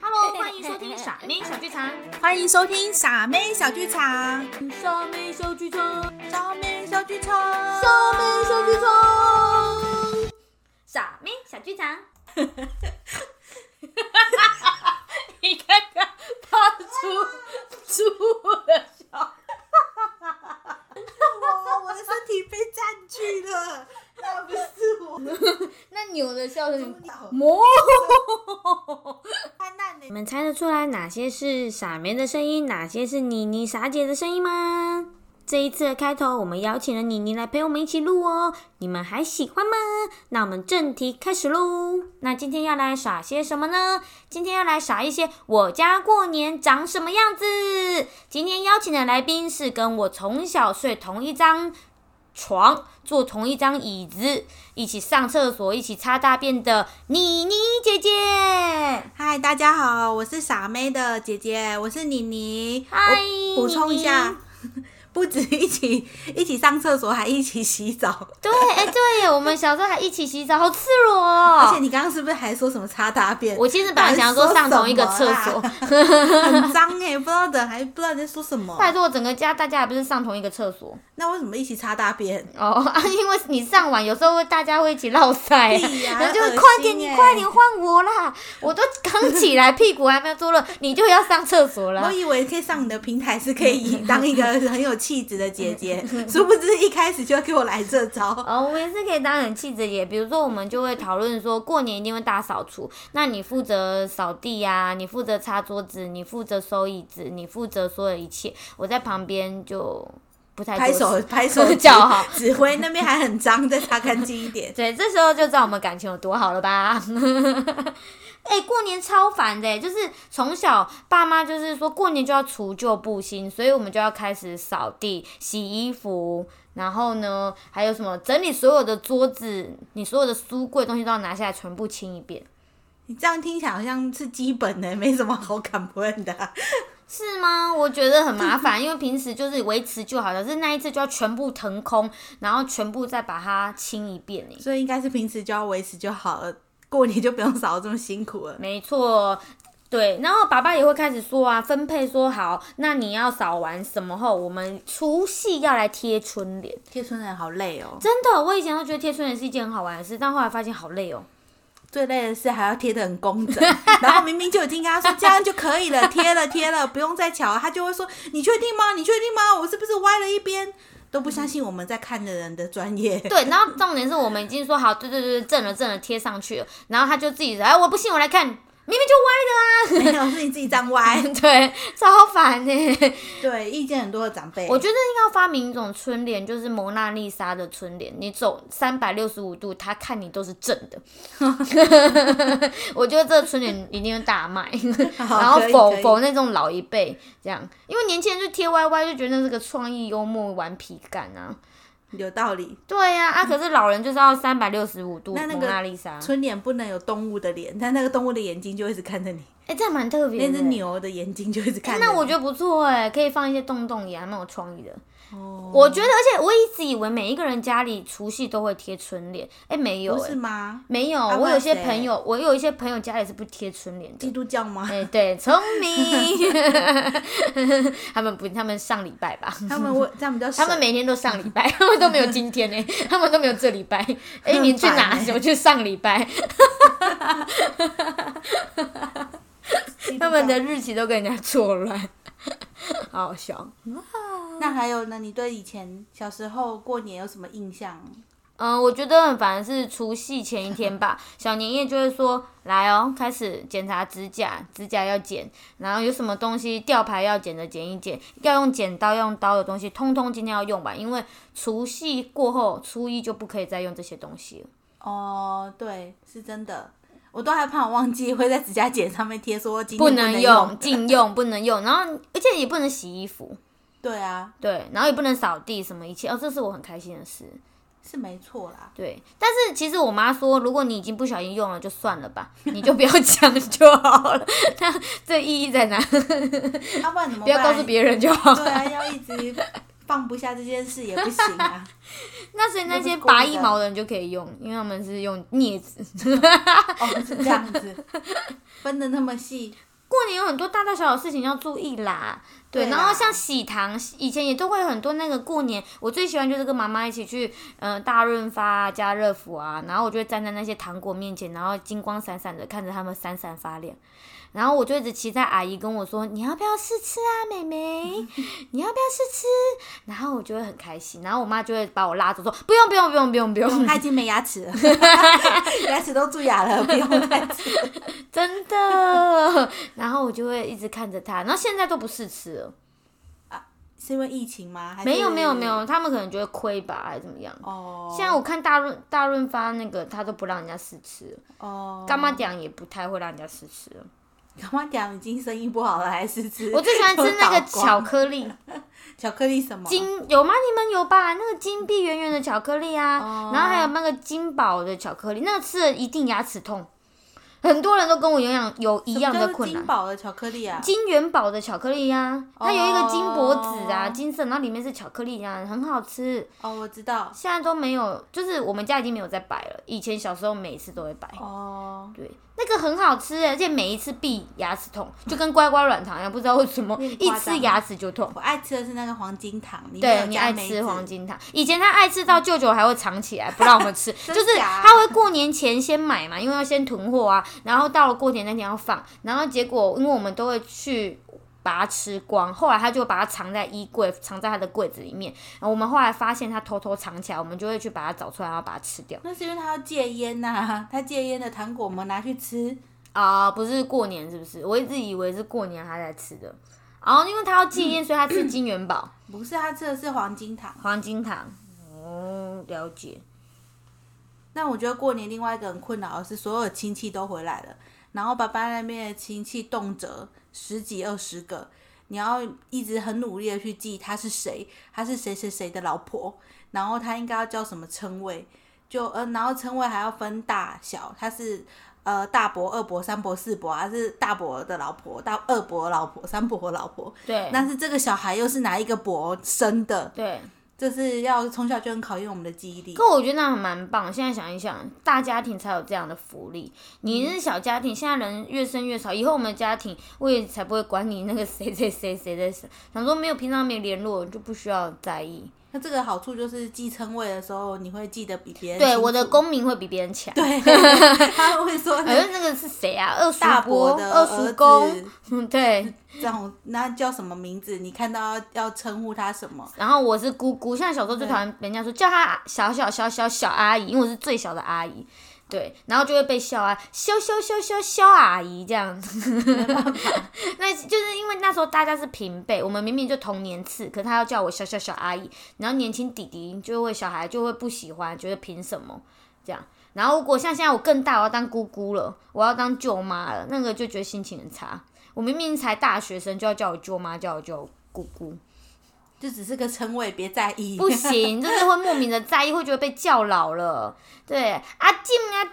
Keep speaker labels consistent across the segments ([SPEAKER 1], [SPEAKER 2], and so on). [SPEAKER 1] 哎傻妹小剧场，
[SPEAKER 2] 欢迎收听傻妹小剧场，
[SPEAKER 1] 傻妹小剧场，
[SPEAKER 2] 傻妹小剧场，
[SPEAKER 1] 傻妹小剧场，哎傻妹小剧场。你看看他出出的笑，
[SPEAKER 2] 我我的身体被占据了，那不是我，
[SPEAKER 1] 那牛的笑声，
[SPEAKER 2] 好
[SPEAKER 1] 魔。
[SPEAKER 2] 太烂
[SPEAKER 3] 你
[SPEAKER 2] 了，
[SPEAKER 3] 们猜得出来哪些是傻妹的声音，哪些是妮妮傻姐的声音吗？这一次的开头，我们邀请了妮妮来陪我们一起录哦，你们还喜欢吗？那我们正题开始喽。那今天要来傻些什么呢？今天要来傻一些我家过年长什么样子。今天邀请的来宾是跟我从小睡同一张床，坐同一张椅子，一起上厕所，一起擦大便的妮妮姐姐。
[SPEAKER 2] 嗨，大家好，我是傻妹的姐姐，我是妮妮。
[SPEAKER 3] 嗨
[SPEAKER 2] 我补充一
[SPEAKER 3] 妮
[SPEAKER 2] 下， 不止一起一起上厕所，还一起洗澡。
[SPEAKER 3] 对，哎、对耶，我们小时候还一起洗澡，好赤裸哦。
[SPEAKER 2] 而且你刚刚是不是还说什么擦大便？
[SPEAKER 3] 我其实本来想要说上同一个厕所
[SPEAKER 2] 到，底说什么啦，很脏哎、不知道的还不知道你在说什 么。
[SPEAKER 3] 拜托，整个家大家也不是上同一个厕所
[SPEAKER 2] 那为什么一起擦大便？
[SPEAKER 3] 哦 啊，因为你上完有时候会大家会一起落塞，
[SPEAKER 2] 屁 呀
[SPEAKER 3] 然后就
[SPEAKER 2] 恶
[SPEAKER 3] 会
[SPEAKER 2] 心
[SPEAKER 3] 快点，
[SPEAKER 2] 耶
[SPEAKER 3] 你快点换我啦，我都刚起来， 屁股还没有坐热，你就要上厕所
[SPEAKER 2] 我
[SPEAKER 3] 了。
[SPEAKER 2] 以为可以上你的平台是可以当一个很有气质的姐 姐，殊不知一开始就要给我来这招。
[SPEAKER 3] 哦，我们也是可以当很气质也，比如说我们就会讨论说过年一定会大扫除，那你负责扫地呀、你负责擦桌子，你负责收椅子，你负责所有一切，我在旁边就不太
[SPEAKER 2] 拍
[SPEAKER 3] 做事
[SPEAKER 2] 手拍 手
[SPEAKER 3] 叫好
[SPEAKER 2] 指挥那边还很脏，再擦干净一点。
[SPEAKER 3] 对，这时候就知道我们感情有多好了吧？ 哎、过年超烦的、就是从小爸妈就是说过年就要除旧布新，所以我们就要开始扫地、洗衣服，然后呢，还有什么整理所有的桌子，你所有的书柜东西都要拿下来全部清一遍，
[SPEAKER 2] 你这样听起来好像是基本的、没什么好感恩的啊、
[SPEAKER 3] 是吗？我觉得很麻烦，因为平时就是维持就好，可是那一次就要全部腾空，然后全部再把它清一遍、欸，
[SPEAKER 2] 所以应该是平时就要维持就好了，过年就不用扫得这么辛苦了。
[SPEAKER 3] 没错，对。然后爸爸也会开始说啊，分配说好，那你要扫完什么后，我们除夕要来贴春联。
[SPEAKER 2] 贴春联好累哦，
[SPEAKER 3] 真的，我以前都觉得贴春联是一件很好玩的事，但后来发现好累哦。
[SPEAKER 2] 最累的是还要贴的很工整，然后明明就已经跟他说这样就可以了，贴了贴了，不用再瞧了，他就会说你确定吗？你确定吗？我是不是歪了一边？都不相信我们在看的人的专 业。
[SPEAKER 3] 对，然后重点是我们已经说好，对对对，正了正了，贴上去了。然后他就自己说，哎，我不信，我来看，明明就歪的
[SPEAKER 2] 没有，是你自己这样歪。
[SPEAKER 3] 啊。 对，超烦欸呢、
[SPEAKER 2] 对，意见很多的长辈，
[SPEAKER 3] 我觉得应该要发明一种春联，就是蒙娜丽莎的春联，你走三百六十五度，他看你都是正的。 我觉得这个春联一定会大 卖，然后
[SPEAKER 2] 可以
[SPEAKER 3] 否
[SPEAKER 2] 可以
[SPEAKER 3] 否那种老一辈这样，因为年轻人就贴歪歪，就觉得那是个创意幽默顽皮感啊。
[SPEAKER 2] 有道理。
[SPEAKER 3] 对呀、啊，可是老人就是要三百六十五度
[SPEAKER 2] 嗯那那
[SPEAKER 3] 蒙
[SPEAKER 2] 个
[SPEAKER 3] 娜丽莎，哎、
[SPEAKER 2] 春联不能有动物的脸，但那个动物的眼睛就一直看着你，
[SPEAKER 3] 这样蛮特别
[SPEAKER 2] 那
[SPEAKER 3] 的
[SPEAKER 2] 只
[SPEAKER 3] 欸。
[SPEAKER 2] 牛的眼睛就一直看着你。
[SPEAKER 3] 那我觉得不错哎、可以放一些洞洞也还蛮有创意的。
[SPEAKER 2] 哦
[SPEAKER 3] 我觉得，而且我一直以为每一个人家里除夕都会贴春联，哎、没有、
[SPEAKER 2] 不
[SPEAKER 3] 哎。
[SPEAKER 2] 是吗？
[SPEAKER 3] 没有，
[SPEAKER 2] 啊
[SPEAKER 3] 我
[SPEAKER 2] 不
[SPEAKER 3] 有
[SPEAKER 2] 然
[SPEAKER 3] 些
[SPEAKER 2] 谁
[SPEAKER 3] 朋友，我有一些朋友家里是不贴春联
[SPEAKER 2] 基
[SPEAKER 3] 的。
[SPEAKER 2] 督教吗？
[SPEAKER 3] 哎、对，聪明， 他们不，他们上礼拜吧，
[SPEAKER 2] 他们会这样比较
[SPEAKER 3] 他
[SPEAKER 2] 省
[SPEAKER 3] 们每天都上礼拜，他们都没有今天呢、他们都没有这礼拜。哎、你去哪？
[SPEAKER 2] 很烦欸
[SPEAKER 3] 我去上礼 拜，他们的日期都跟人家错乱， 好好笑。
[SPEAKER 2] 那还有呢？你对以前小时候过年有什么印象？
[SPEAKER 3] 嗯，我觉得很烦，是除夕前一天吧，小年夜就会说来哦，开始检查指甲，指甲要剪，然后有什么东西吊牌要剪的剪一剪，要用剪刀要用刀的东西，通通今天要用完，因为除夕过后，初一就不可以再用这些东西了。
[SPEAKER 2] 哦，对，是真的，我都害怕我忘记会在指甲剪上面贴说今天
[SPEAKER 3] 不
[SPEAKER 2] 能
[SPEAKER 3] 能用， 禁用，不能用，然后而且也不能洗衣服，
[SPEAKER 2] 对啊，
[SPEAKER 3] 对，然后也不能扫地，什么一切，哦，这是我很开心的事。
[SPEAKER 2] 是没错啦。
[SPEAKER 3] 对，但是其实我妈说，如果你已经不小心用了，就算了吧， 你就不要讲就好了。那这意义在哪？
[SPEAKER 2] 要、不然怎么
[SPEAKER 3] 不要告诉
[SPEAKER 2] 人。
[SPEAKER 3] 别人就好
[SPEAKER 2] 对啊，要一直放不下这件事也不行 啊。
[SPEAKER 3] 那所以那些拔一毛的人就可以用，因为他们是用镊子。
[SPEAKER 2] 哦，是这样子，分的那么细，
[SPEAKER 3] 过也有很多大大小小的事情要注意啦。对，
[SPEAKER 2] 对啦
[SPEAKER 3] 然后像喜糖，以前也都会有很多那个过年，我最喜欢就是跟妈妈一起去，嗯、大润发、啊、家乐福啊，然后我就会站在那些糖果面前，然后金光闪闪的看着他们闪闪发亮，然后我就一直期待阿姨跟我说你要不要试吃啊，妹妹，你要不要试吃？然后我就会很开心，然后我妈就会把我拉住说不用不用不用不用不用，
[SPEAKER 2] 他已经没牙齿了， 牙齿都蛀牙了，不用再吃。
[SPEAKER 3] 真的。然后我就会一直看着他，然后现在都不试吃了。
[SPEAKER 2] 是因为疫情吗？还是
[SPEAKER 3] 没有没有没。
[SPEAKER 2] 嗯
[SPEAKER 3] 有，他们可能觉得亏吧，还是怎么样？
[SPEAKER 2] 哦，
[SPEAKER 3] 现在我看大润大润发那个，他都不让人家试吃，
[SPEAKER 2] 哦，
[SPEAKER 3] 干妈讲也不太会让人家试吃。
[SPEAKER 2] 干嘛讲已经生意不好了，还是吃？
[SPEAKER 3] 我最喜欢吃那个
[SPEAKER 2] 都倒光
[SPEAKER 3] 巧克
[SPEAKER 2] 哦
[SPEAKER 3] 力
[SPEAKER 2] 巧克力什么？
[SPEAKER 3] 金，有吗？你们有吧？那个金币圆圆的巧克力啊，
[SPEAKER 2] 哦
[SPEAKER 3] 然后还有那个金宝的巧克力，那个吃了一定牙齿痛。很多人都跟我一样有一
[SPEAKER 2] 一
[SPEAKER 3] 样的困难
[SPEAKER 2] 金。宝的巧克力啊，
[SPEAKER 3] 金元宝的巧克力呀、它有一个金箔纸啊，
[SPEAKER 2] 哦
[SPEAKER 3] 金色，然后里面是巧克力啊，很好吃。
[SPEAKER 2] 哦，我知道。
[SPEAKER 3] 现在都没有，就是我们家已经没有在摆了。以前小时候每一次都会摆，
[SPEAKER 2] 哦，
[SPEAKER 3] 对，那个很好吃，而且每一次必牙齿痛，就跟乖乖软糖一样，不知道为什么
[SPEAKER 2] 有点
[SPEAKER 3] 一
[SPEAKER 2] 嗯夸张
[SPEAKER 3] 吃牙齿就痛。
[SPEAKER 2] 我爱吃的是那个黄金糖，里面
[SPEAKER 3] 对
[SPEAKER 2] 有
[SPEAKER 3] 你
[SPEAKER 2] 加
[SPEAKER 3] 爱
[SPEAKER 2] 梅
[SPEAKER 3] 吃
[SPEAKER 2] 子
[SPEAKER 3] 黄。金糖，以前他爱吃到舅舅还会藏起来不让我们 吃，就
[SPEAKER 2] 真
[SPEAKER 3] 是
[SPEAKER 2] 假啊
[SPEAKER 3] 他会过年前先买嘛，因为要先囤货啊，然后到了过年那天要放，然后结果因为我们都会去。把它吃光，后来他就把它藏在衣柜，藏在他的柜子里面。然后我们后来发现他偷偷藏起来，我们就会去把它找出来，然后把它吃掉。
[SPEAKER 2] 那是因为他要戒烟呐、他戒烟的糖果我们拿去吃，
[SPEAKER 3] 啊、不是过年是不是？我一直以为是过年他在吃的。然、后因为他要戒烟，所以他吃金元宝、
[SPEAKER 2] 不是他吃的是黄金糖。
[SPEAKER 3] 黄金糖。哦，了解。
[SPEAKER 2] 但我觉得过年另外一个很困扰的是，所有亲戚都回来了，然后爸爸那边的亲戚动辄十几二十个，你要一直很努力的去记他是谁，他是谁谁谁的老婆，然后他应该要叫什么称谓，就呃，然后称谓还要分大小，他是。呃，大伯、二伯、三伯、四伯，他是大伯的老婆，大二伯的老婆，三伯的老婆。
[SPEAKER 3] 对，
[SPEAKER 2] 但是这个小孩又是哪一个伯生的？
[SPEAKER 3] 对。
[SPEAKER 2] 这是要从小就很考验我们的记忆力。
[SPEAKER 3] 可我觉得那还蛮棒。现在想一想，大家庭才有这样的福利。你是小家庭，现在人越生越少，以后我们的家庭我也才不会管你那个谁谁谁谁的事。想说没有平常没联络，就不需要在意。
[SPEAKER 2] 那这个好处就是记称谓的时候，你会记得比别人
[SPEAKER 3] 对，
[SPEAKER 2] 清楚
[SPEAKER 3] 我 的公民会比别人强。
[SPEAKER 2] 对，他会 说
[SPEAKER 3] 好像那个是谁啊？二叔
[SPEAKER 2] 大
[SPEAKER 3] 伯、
[SPEAKER 2] 伯的
[SPEAKER 3] 二叔公，嗯， 对。
[SPEAKER 2] 这种那叫什么名字？你看到要要称呼他什么？
[SPEAKER 3] 然后我是姑姑，现在小时候最讨厌人家说叫她小小小小小阿姨，因为我是最小的阿姨，对，然后就会被笑啊，小小小小小阿姨这样子。 那就是因为那时候大家是平辈，我们明明就同年次，可他要叫我小小小阿姨，然后年轻弟弟就会小孩就会不喜欢，觉得凭什么这样。然后如果像现在我更大，我要当姑姑了，我要当舅妈了，那个就觉得心情很差。我明明才大学生，就要叫我舅妈，叫我舅姑姑。
[SPEAKER 2] 就只是个称谓，别在意。
[SPEAKER 3] 不行，就是会莫名的在意，会觉得被叫老了。对，阿静阿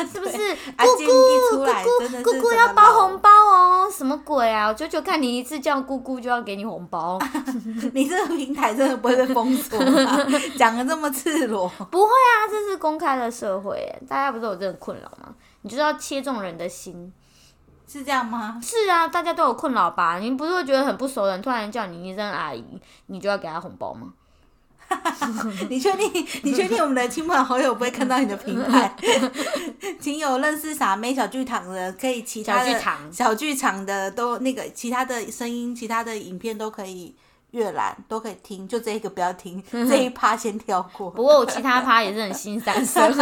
[SPEAKER 3] 静，是不是？
[SPEAKER 2] 阿
[SPEAKER 3] 姑
[SPEAKER 2] 静
[SPEAKER 3] 姑
[SPEAKER 2] 啊一
[SPEAKER 3] 姑
[SPEAKER 2] 出来真的
[SPEAKER 3] 姑
[SPEAKER 2] 是
[SPEAKER 3] 姑姑
[SPEAKER 2] 整
[SPEAKER 3] 要
[SPEAKER 2] 个
[SPEAKER 3] 包
[SPEAKER 2] 老
[SPEAKER 3] 红包哦，什么鬼啊？我久久看你一次叫姑姑就要给你红 包，
[SPEAKER 2] 你这个平台真的不会被封锁吗？ 讲的这么赤裸，
[SPEAKER 3] 不会啊，这是公开的社会耶，大家不是有这种困扰吗？你就是要切中人的心。
[SPEAKER 2] 是这样吗？
[SPEAKER 3] 是啊，大家都有困扰吧？你不是会觉得很不熟的人突然叫你一声阿姨，你就要给他红包吗？
[SPEAKER 2] 你确定？你确定我们的亲朋好友不会看到你的平 台？请有认识傻妹小剧场的，可以其他的
[SPEAKER 3] 小剧场
[SPEAKER 2] 小剧场的都那个其他的声音、其他的影片都可以阅览，都可以听，就这一个不要 听，这一趴先跳过。
[SPEAKER 3] 不过我其他趴也是很心酸生。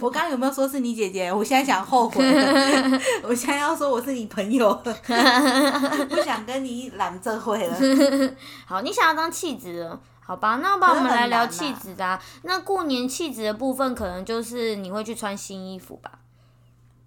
[SPEAKER 2] 我刚刚有没有说是你姐姐？我现在想后悔了， 我现在要说我是你朋友 了，不想跟你揽这会了。
[SPEAKER 3] 好，你想要当弃子了，好吧？那我把我们来聊
[SPEAKER 2] 可是很
[SPEAKER 3] 弃
[SPEAKER 2] 难啊
[SPEAKER 3] 子的、啊。那过年弃子的部分，可能就是你会去穿新衣服吧？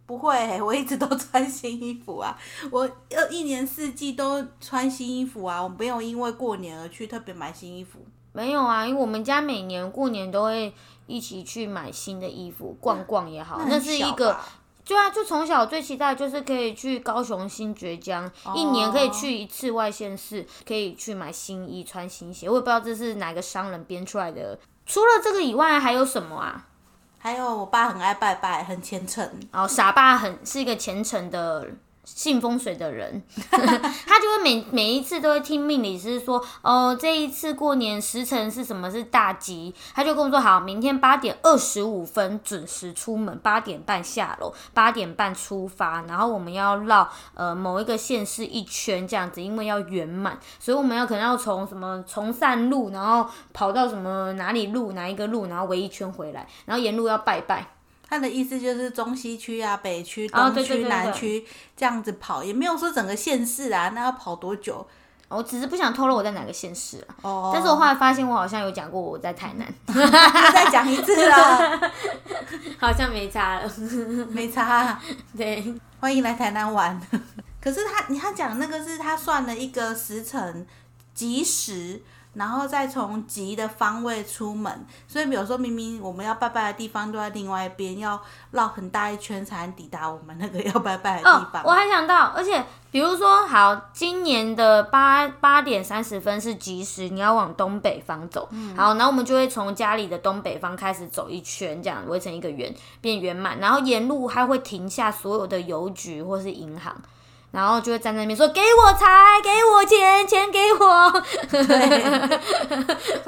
[SPEAKER 2] 不会、 我一直都穿新衣服啊，我呃一年四季都穿新衣服啊，我没有因为过年而去特别买新衣服。
[SPEAKER 3] 没有啊，因为我们家每年过年都会一起去买新的衣服，逛逛也好，那
[SPEAKER 2] 很
[SPEAKER 3] 是
[SPEAKER 2] 小
[SPEAKER 3] 一个
[SPEAKER 2] 吧。
[SPEAKER 3] 对啊，就从小最期待就是可以去高雄新爵江，
[SPEAKER 2] 哦
[SPEAKER 3] 一年可以去一次外县市，可以去买新衣、穿新鞋。我也不知道这是哪个商人编出来的。除了这个以外，还有什么啊？
[SPEAKER 2] 还有我爸很爱拜拜，很虔诚。
[SPEAKER 3] 然后傻爸很是一个虔诚的信风水的人， 他就会每每一次都会听命理师说，哦，这一次过年时辰是什么是大吉，他就跟我说好，明天八点二十五分准时出门，八点半下楼，八点半出发，然后我们要绕呃某一个县市一圈这样子，因为要圆满，所以我们要可能要从什么从善路，然后跑到什么哪里路哪一个路，然后围一圈回来，然后沿路要拜拜。
[SPEAKER 2] 他的意思就是中西区啊、北区、
[SPEAKER 3] 哦
[SPEAKER 2] 东
[SPEAKER 3] 对对
[SPEAKER 2] 区、
[SPEAKER 3] 对
[SPEAKER 2] 南
[SPEAKER 3] 对
[SPEAKER 2] 区这样子跑，也没有说整个县市啊，那要跑多久？
[SPEAKER 3] 我只是不想透露我在哪个县市啊。
[SPEAKER 2] 哦，
[SPEAKER 3] 但是我后来发现，我好像有讲过我在台南，
[SPEAKER 2] 又 再讲一次了，
[SPEAKER 3] 好像没差了。
[SPEAKER 2] 没差。啊
[SPEAKER 3] 对，
[SPEAKER 2] 欢迎来台南玩。 可是他他讲那个是他算了一个时辰吉时，然后再从吉的方位出门，所以比如说明明我们要拜拜的地方都在另外一边，要绕很大一圈才能抵达我们那个要拜拜 的
[SPEAKER 3] 哦
[SPEAKER 2] 地方。，
[SPEAKER 3] 我还想到，而且比如说，好，今年的八八点三十分是吉时，你要往东北方走。好，然后我们就会从家里的东北方开始走一圈，这样围成一个圆，变圆满。然后沿路还会停下所有的邮局或是银行。然后就会站在那边说：“给我财，给我钱，钱给我。
[SPEAKER 2] 对，”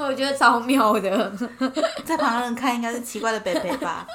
[SPEAKER 3] 我觉得超妙的。
[SPEAKER 2] 在旁人看应该是奇怪的北北 吧。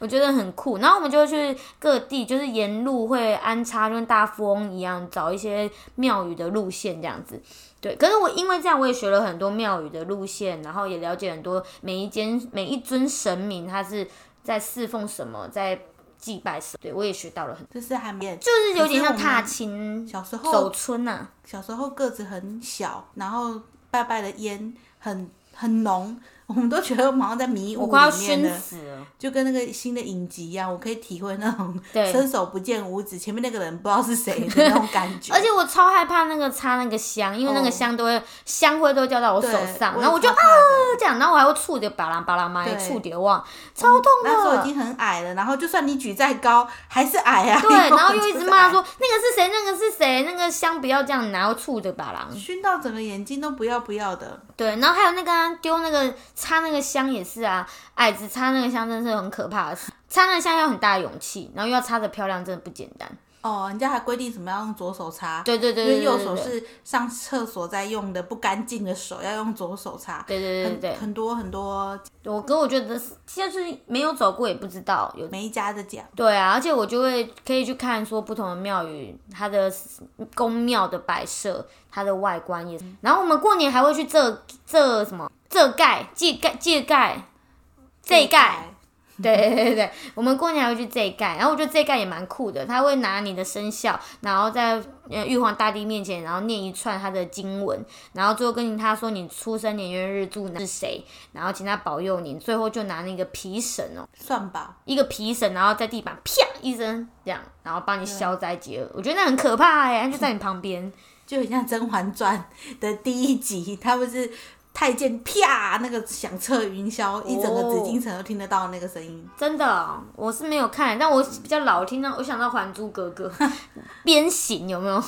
[SPEAKER 3] 我觉得很酷。然后我们就会去各地，就是沿路会安插，就跟大富翁一样，找一些庙宇的路线这样子。对，可是我因为这样，我也学了很多庙宇的路线，然后也了解很多每一间每一尊神明他是在侍奉什么，在祭拜什么。对我也学到了很，
[SPEAKER 2] 就是还没，就
[SPEAKER 3] 就是有点像踏青
[SPEAKER 2] 小时
[SPEAKER 3] 走
[SPEAKER 2] 候，
[SPEAKER 3] 村呐、啊。
[SPEAKER 2] 小时候个子很小，然后拜拜的烟很很浓，我们都觉得我们好像在迷雾
[SPEAKER 3] 我快要
[SPEAKER 2] 里面
[SPEAKER 3] 熏
[SPEAKER 2] 的。哦
[SPEAKER 3] 死了，
[SPEAKER 2] 就跟那个新的影集一样，我可以体会那种
[SPEAKER 3] 对
[SPEAKER 2] 伸手不见五指，前面那个人不知道是谁的那种感 觉。
[SPEAKER 3] 而且我超害怕那个插那个香，因为那
[SPEAKER 2] 哦
[SPEAKER 3] 个香都会、香灰都会掉到我手
[SPEAKER 2] 对
[SPEAKER 3] 上，
[SPEAKER 2] 也
[SPEAKER 3] 然后我就
[SPEAKER 2] 超怕的
[SPEAKER 3] 这样，然后我还会触着巴拉巴拉嘛，
[SPEAKER 2] 对
[SPEAKER 3] 触点忘，超痛
[SPEAKER 2] 那时候已
[SPEAKER 3] 的。
[SPEAKER 2] 经很矮了，然后就算你举再高，还是矮 啊。
[SPEAKER 3] 对，然后
[SPEAKER 2] 因
[SPEAKER 3] 又
[SPEAKER 2] 为我
[SPEAKER 3] 一直
[SPEAKER 2] 就是
[SPEAKER 3] 骂
[SPEAKER 2] 矮
[SPEAKER 3] 说那个是谁，那个是谁，那个香不要这样拿，触着巴拉。
[SPEAKER 2] 熏到整个眼睛都不要不要的。
[SPEAKER 3] 对，然后还有那个啊丢、那个插那个香也是啊，矮子插那个香真的是很可怕的事，插那个香要很大的勇气，然后又要插的漂亮，真的不简单。
[SPEAKER 2] 哦，人家还规定什么要用左手擦，
[SPEAKER 3] 对对对
[SPEAKER 2] 因
[SPEAKER 3] 对
[SPEAKER 2] 为
[SPEAKER 3] 对
[SPEAKER 2] 右
[SPEAKER 3] 对
[SPEAKER 2] 手
[SPEAKER 3] 对
[SPEAKER 2] 是上厕所在用的，不干净的手要用左手擦。
[SPEAKER 3] 对对对对
[SPEAKER 2] 很很多很多
[SPEAKER 3] 对，我可我觉得是就是没有走过也不知道有
[SPEAKER 2] 每一家的讲。
[SPEAKER 3] 对啊，而且我就会可以去看说不同的庙宇，它的宫庙的摆设，它的外观也。然后我们过年还会去这这什么这盖借盖借盖这盖，对对对对，我们过年还会去这盖。然后我觉得这盖也蛮酷的，他会拿你的生肖，然后在呃玉皇大帝面前，然后念一串他的经文，然后最后跟他说你出生年月日住哪是谁，然后请他保佑你，最后就拿那个皮绳哦。
[SPEAKER 2] 算吧，
[SPEAKER 3] 一个皮绳，然后在地板啪一声这样，然后帮你消灾解厄。我觉得那很可怕哎、它就在你旁边。
[SPEAKER 2] 就很像《甄嬛传》 的第一集，他不是太监啪那个响彻云霄，一整个紫禁城都听得到那个声音。
[SPEAKER 3] 真的哦、我是没有看，但我比较老听到，我想到《还珠格 格》鞭刑有没有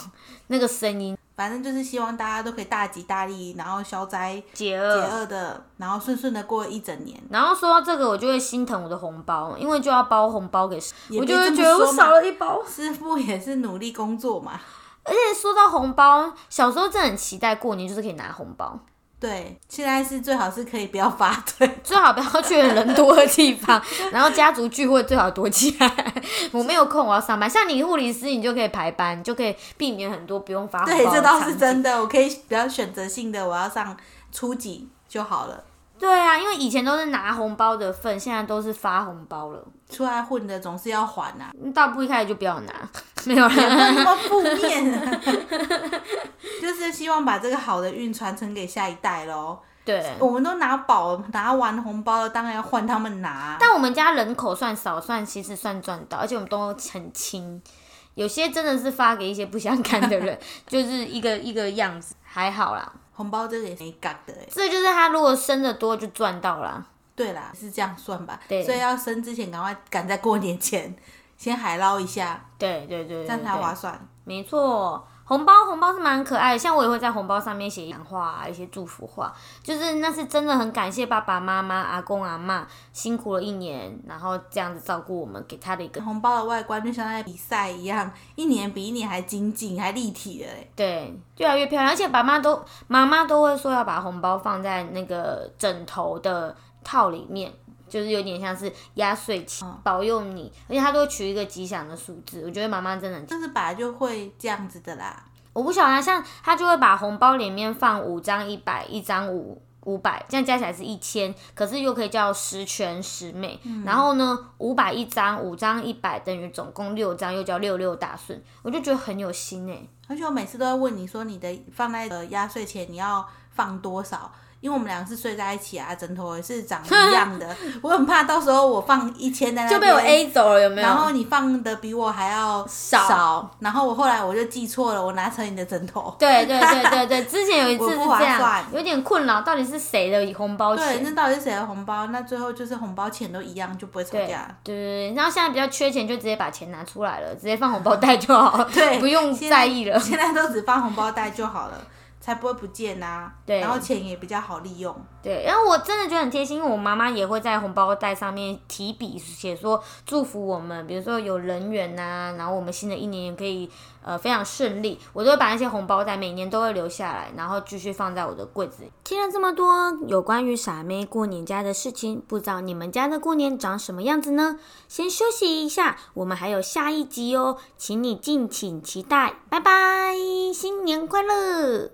[SPEAKER 3] 那个声音
[SPEAKER 2] 反正就是希望大家都可以大吉大利，然后消灾
[SPEAKER 3] 解
[SPEAKER 2] 解
[SPEAKER 3] 厄？
[SPEAKER 2] 厄的，然后顺顺的过一整年。
[SPEAKER 3] 然后说到这个，我就会心疼我的红包，因为就要包红包给，
[SPEAKER 2] 也
[SPEAKER 3] 我
[SPEAKER 2] 别
[SPEAKER 3] 就会
[SPEAKER 2] 这么
[SPEAKER 3] 觉得我
[SPEAKER 2] 说嘛
[SPEAKER 3] 少了一包。
[SPEAKER 2] 师傅也是努力工作嘛，
[SPEAKER 3] 而且说到红包，小时候真的很期待过年就是可以拿红包，
[SPEAKER 2] 对，现在是最好是可以不要发对，
[SPEAKER 3] 最好不要去人多的地方， 然后家族聚会最好躲起来。我没有空，我要上班。像你护理师，你就可以排班，就可以避免很多不用发红包
[SPEAKER 2] 对，这倒是
[SPEAKER 3] 的场景。
[SPEAKER 2] 真的，我可以比较选择性的，我要上初几就好了。
[SPEAKER 3] 对啊，因为以前都是拿红包的份，现在都是发红包了。嗯
[SPEAKER 2] 出来混的总是要还啊，
[SPEAKER 3] 倒不如一开始就不要拿， 没有
[SPEAKER 2] 也不
[SPEAKER 3] 啦。
[SPEAKER 2] 能那么负面、啊就是希望把这个好的运传承给下一代喽。
[SPEAKER 3] 对，
[SPEAKER 2] 我们都拿饱拿完红包了，当然要换他们拿。
[SPEAKER 3] 但我们家人口算少，算其实算赚到，而且我们都很亲。有些真的是发给一些不相干的人， 就是一个一个样子，还好啦。
[SPEAKER 2] 红包这个也没干的哎、
[SPEAKER 3] 这就是他如果生的多就赚到啦。
[SPEAKER 2] 对啦，是这样算吧。
[SPEAKER 3] 对
[SPEAKER 2] 所以要生之前赶快赶在过年前先海捞一下，
[SPEAKER 3] 对对对对，
[SPEAKER 2] 这样才
[SPEAKER 3] 对
[SPEAKER 2] 划算。
[SPEAKER 3] 没错，红包红包是蛮可爱的，像我也会在红包上面写讲话啊，一些祝福话，就是那是真的很感谢爸爸妈妈、阿公阿妈辛苦了一年，然后这样子照顾我们，给他的一个
[SPEAKER 2] 红包的外观就像在比赛一样，一年比一年还精进，还立体了欸嘞。
[SPEAKER 3] 对，越来越漂亮，而且爸妈都妈妈都会说要把红包放在那个枕头的套里面，就是有点像是压岁钱，
[SPEAKER 2] 嗯
[SPEAKER 3] 保佑你，而且他都会取一个吉祥的数字。我觉得妈妈真的很，
[SPEAKER 2] 但是本来就会这样子的啦。
[SPEAKER 3] 我不晓得啊，像他就会把红包里面放五张一百，一张五。五百，这样加起来是一千，可是又可以叫十全十美。
[SPEAKER 2] 嗯
[SPEAKER 3] 然后呢，五百一张，五张一百等于总共六张，又叫六六大顺。我就觉得很有心哎、
[SPEAKER 2] 而且我每次都会问你说，你的放在呃压岁钱你要放多少？因为我们俩是睡在一起啊，枕头也是长一 样的。我很怕到时候我放一千在那
[SPEAKER 3] 就被我
[SPEAKER 2] 边
[SPEAKER 3] A 走了，有没有？
[SPEAKER 2] 然后你放的比我还要
[SPEAKER 3] 少
[SPEAKER 2] 然后我后来我就记错了，我拿成你的枕头。
[SPEAKER 3] 对对对对对，之前有一次是
[SPEAKER 2] 我不划
[SPEAKER 3] 这样
[SPEAKER 2] 算，
[SPEAKER 3] 有点困扰，到底是谁的红包
[SPEAKER 2] 对，
[SPEAKER 3] 钱？
[SPEAKER 2] 那到底是谁的红包？那最后就是红包钱都一样，就不会吵
[SPEAKER 3] 对对
[SPEAKER 2] 架。
[SPEAKER 3] 对对，然后现在比较缺钱，就直接把钱拿出来了，直接放红包袋就好了，
[SPEAKER 2] 对
[SPEAKER 3] 不用
[SPEAKER 2] 现在
[SPEAKER 3] 在意了。
[SPEAKER 2] 现在都只放红包袋就好了，才不会不见啊。
[SPEAKER 3] 对
[SPEAKER 2] 然后钱也比较好利用。
[SPEAKER 3] 对，然后我真的觉得很贴心，因为我妈妈也会在红包袋上面提笔写说祝福我们，比如说有人缘呐、然后我们新的一年也可以呃非常顺利，我都会把那些红包袋每年都会留下来，然后继续放在我的柜子里。
[SPEAKER 4] 听了这么多有关于傻妹过年家的事情，不知道你们家的过年长什么样子呢？先休息一下，我们还有下一集哦，请你敬请期待，拜拜，新年快乐！